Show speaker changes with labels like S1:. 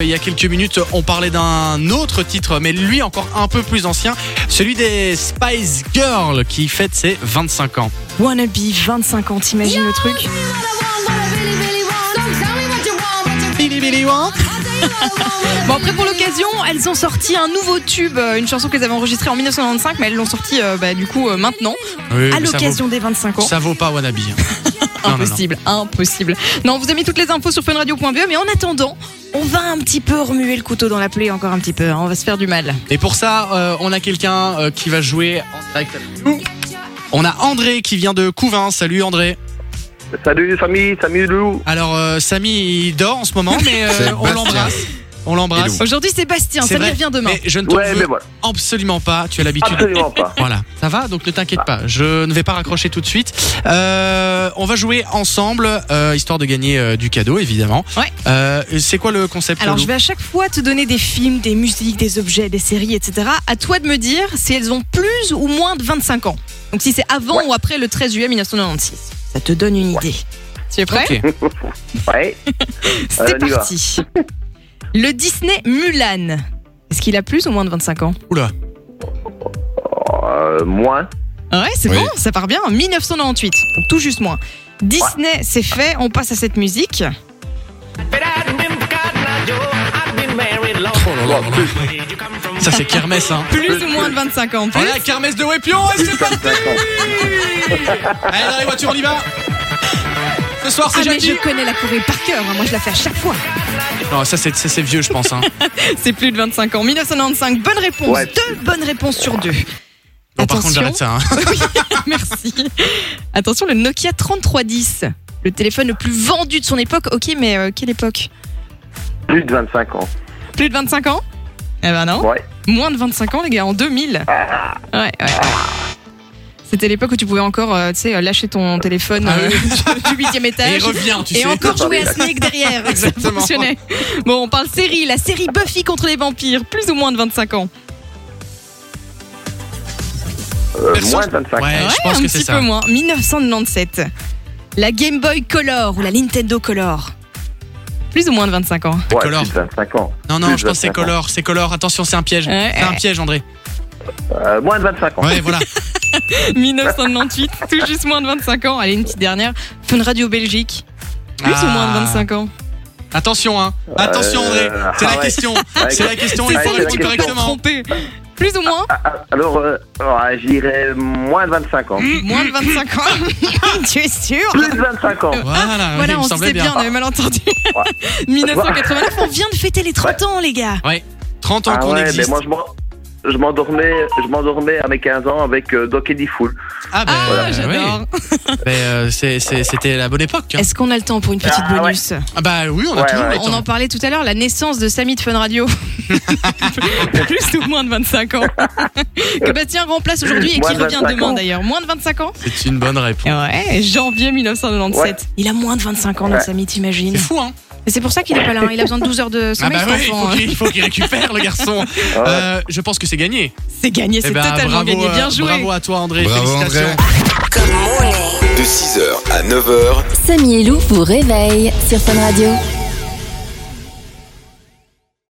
S1: Il y a quelques minutes, on parlait d'un autre titre, mais lui encore un peu plus ancien, celui des Spice Girls qui fête ses 25 ans.
S2: Wannabe, 25 ans, t'imagines le truc
S1: Billy Billy One.
S2: Bon après pour l'occasion, elles ont sorti un nouveau tube, euh, une chanson qu'elles avaient enregistrée en 1995, mais elles l'ont sortie euh, bah, du coup euh, maintenant,
S1: Oui,
S2: à
S1: mais ça
S2: l'occasion des 25
S1: vaut-
S2: ans.
S1: Ça vaut pas Wannabe. hein. Non, non, non.
S2: impossible, impossible. Non, on vous a mis toutes les infos sur funradio.be, mais en attendant, on va un petit peu remuer le couteau dans la plaie encore un petit peu, hein, on va se faire du mal.
S1: Et pour ça, euh, on a quelqu'un euh, qui va jouer en direct avec nous. On a André qui vient de Couvin. Salut André.
S3: Salut famille, salut Lou.
S1: Alors euh, Samy, il dort en ce moment, mais euh,
S4: Sébastien.
S1: on l'embrasse. On l'embrasse.
S2: Aujourd'hui Sébastien,
S1: C'est
S2: ça
S1: vrai.
S2: revient demain.
S1: Mais je ne t'en
S3: Ouais,
S1: veux
S3: mais voilà,
S1: absolument pas. Tu as l'habitude.
S3: absolument pas.
S1: Voilà, ça va, donc ne t'inquiète pas, je ne vais pas raccrocher tout de suite. Euh, on va jouer ensemble, euh, histoire de gagner euh, du cadeau, évidemment.
S2: Ouais.
S1: Euh, c'est quoi le concept
S2: Alors
S1: Lou
S2: je vais à chaque fois te donner des films, des musiques, des objets, des séries, etc. À toi de me dire si elles ont plus ou moins de 25 ans. Donc si c'est avant ou après le 13 juillet 1996. Ça te donne une idée. Tu es prêt
S1: Ok.
S3: Ouais,
S2: C'est
S3: on y va.
S2: parti. le Disney Mulan. Est-ce qu'il a plus ou moins de 25 ans
S3: euh, moins.
S2: Ouais, c'est
S4: Oui.
S2: bon, ça part bien. 1998, donc tout juste moins. Disney, c'est fait, on passe à cette musique.
S4: Oh là là là là.
S1: Ça c'est Kermesse, hein.
S2: Plus ou moins de 25 ans. Plus.
S1: Voilà, Kermesse de Wepion, et c'est parti Allez, dans les voitures, on y va Ce soir,
S2: Ah,
S1: c'est
S2: mais
S1: jeudi
S2: je connais la Corée par cœur, hein, moi je la fais à chaque fois.
S1: Non, ça c'est, ça, c'est vieux, je pense. Hein.
S2: C'est plus de 25 ans. 1995, bonne réponse.
S3: Ouais.
S2: Deux bonnes réponses sur deux.
S1: Bon, par contre, j'arrête ça. hein.
S2: Merci. Attention, le Nokia 3310. Le téléphone le plus vendu de son époque. Ok, mais euh, quelle époque
S3: Plus de 25 ans.
S2: Plus de 25 ans Eh ben
S1: Oh,
S2: non.
S3: Ouais.
S2: Moins de 25 ans, les gars, en 2000. Ouais, ouais. C'était l'époque où tu pouvais encore euh, tu sais, lâcher ton téléphone
S1: Ah
S2: euh, du huitième
S1: Et
S2: étage.
S1: il revient, tu
S2: Et
S1: sais.
S2: encore jouer à Snake derrière. Ça
S1: Exactement.
S2: fonctionnait. Bon, on parle série, la série Buffy contre les vampires, plus ou moins de 25 ans.
S3: Euh,
S1: Perso,
S3: moins de 25
S1: Ouais,
S3: ans.
S1: Eh, je pense
S2: un
S1: que c'est
S2: petit
S1: ça.
S2: peu moins. 1997. La Game Boy Color ou la Nintendo Color. Plus ou moins de 25 ans.
S3: Ouais,
S1: Color.
S3: plus de 25 ans.
S1: Non, non,
S3: Plus
S1: je
S3: de
S1: pense que c'est
S3: 25 ans.
S1: Color, c'est Color. Attention, c'est un piège.
S2: Ouais,
S1: C'est un
S2: ouais.
S1: piège, André.
S3: Euh, moins de 25 ans.
S1: Ouais, voilà.
S2: 1998, tout juste moins de 25 ans. Allez, une petite dernière. Fun Radio Belgique. Plus ou moins de
S1: Ah.
S2: 25 ans.
S1: Attention, hein. Attention, André.
S3: Euh,
S1: C'est
S3: ah
S1: la
S3: ouais.
S1: question. C'est la question.
S2: C'est
S1: Il
S3: ouais,
S2: ça
S1: faut
S2: le
S3: c'est
S1: répondre
S2: truc,
S3: la
S2: pas te
S1: correctement.
S2: tromper. Plus ou moins
S3: Ah, ah, Alors, euh, ouais, je dirais moins de 25
S1: Mmh.
S3: ans.
S2: Moins de 25 ans. tu es sûr Ah,
S3: Plus de 25 ans.
S1: Voilà, ok, il
S2: Voilà,
S1: me
S2: on
S1: semblait
S2: sait bien,
S1: bien.
S2: on avait mal entendu. 1989, on vient de fêter les 30 ans, les gars.
S1: 30 ans
S3: Ah
S1: qu'on
S3: ouais, mais
S1: existe.
S3: moi je m'en- je m'endormais, je m'endormais à mes 15 ans avec euh, Doc Eddie Fool.
S1: Ah, ben,
S2: Ah,
S1: euh,
S2: j'adore.
S1: oui. Ben, euh, c'est- c'est- C'était la bonne époque. hein.
S2: Est-ce qu'on a le temps pour une petite
S3: Ah, ouais.
S2: bonus
S1: Ah, bah oui, on a
S3: Ouais,
S1: toujours
S3: ouais,
S1: le
S2: On en
S1: temps.
S2: parlait tout à l'heure, la naissance de Samy de Fun Radio. Plus ou moins de 25 ans. que Bastien remplace aujourd'hui et qui
S3: Moins de
S2: revient
S3: 25
S2: demain
S3: ans.
S2: d'ailleurs. Moins de 25 ans
S1: C'est une bonne réponse.
S2: Ouais, janvier 1997.
S3: Ouais.
S2: Il a moins de 25 ans,
S3: Ouais.
S2: notre Samy, t'imagines
S1: C'est fou, hein.
S2: Et C'est pour ça qu'il est pas là, hein. il a besoin de 12 heures de
S1: Ah,
S2: sommeil,
S1: bah
S2: cet
S1: oui, il
S2: enfant,
S1: faut
S2: hein.
S1: qu'il- il faut qu'il récupère, le garçon.
S3: Ah ouais.
S1: Euh, Je pense que c'est gagné.
S2: C'est gagné, c'est
S1: Eh ben,
S2: totalement
S1: bravo,
S2: gagné. Bien
S1: euh,
S2: joué.
S1: Bravo à toi, André.
S4: Bravo, André.
S1: Félicitations.
S4: De 6h à 9h,
S5: Samy et Lou vous réveille sur Fun Radio.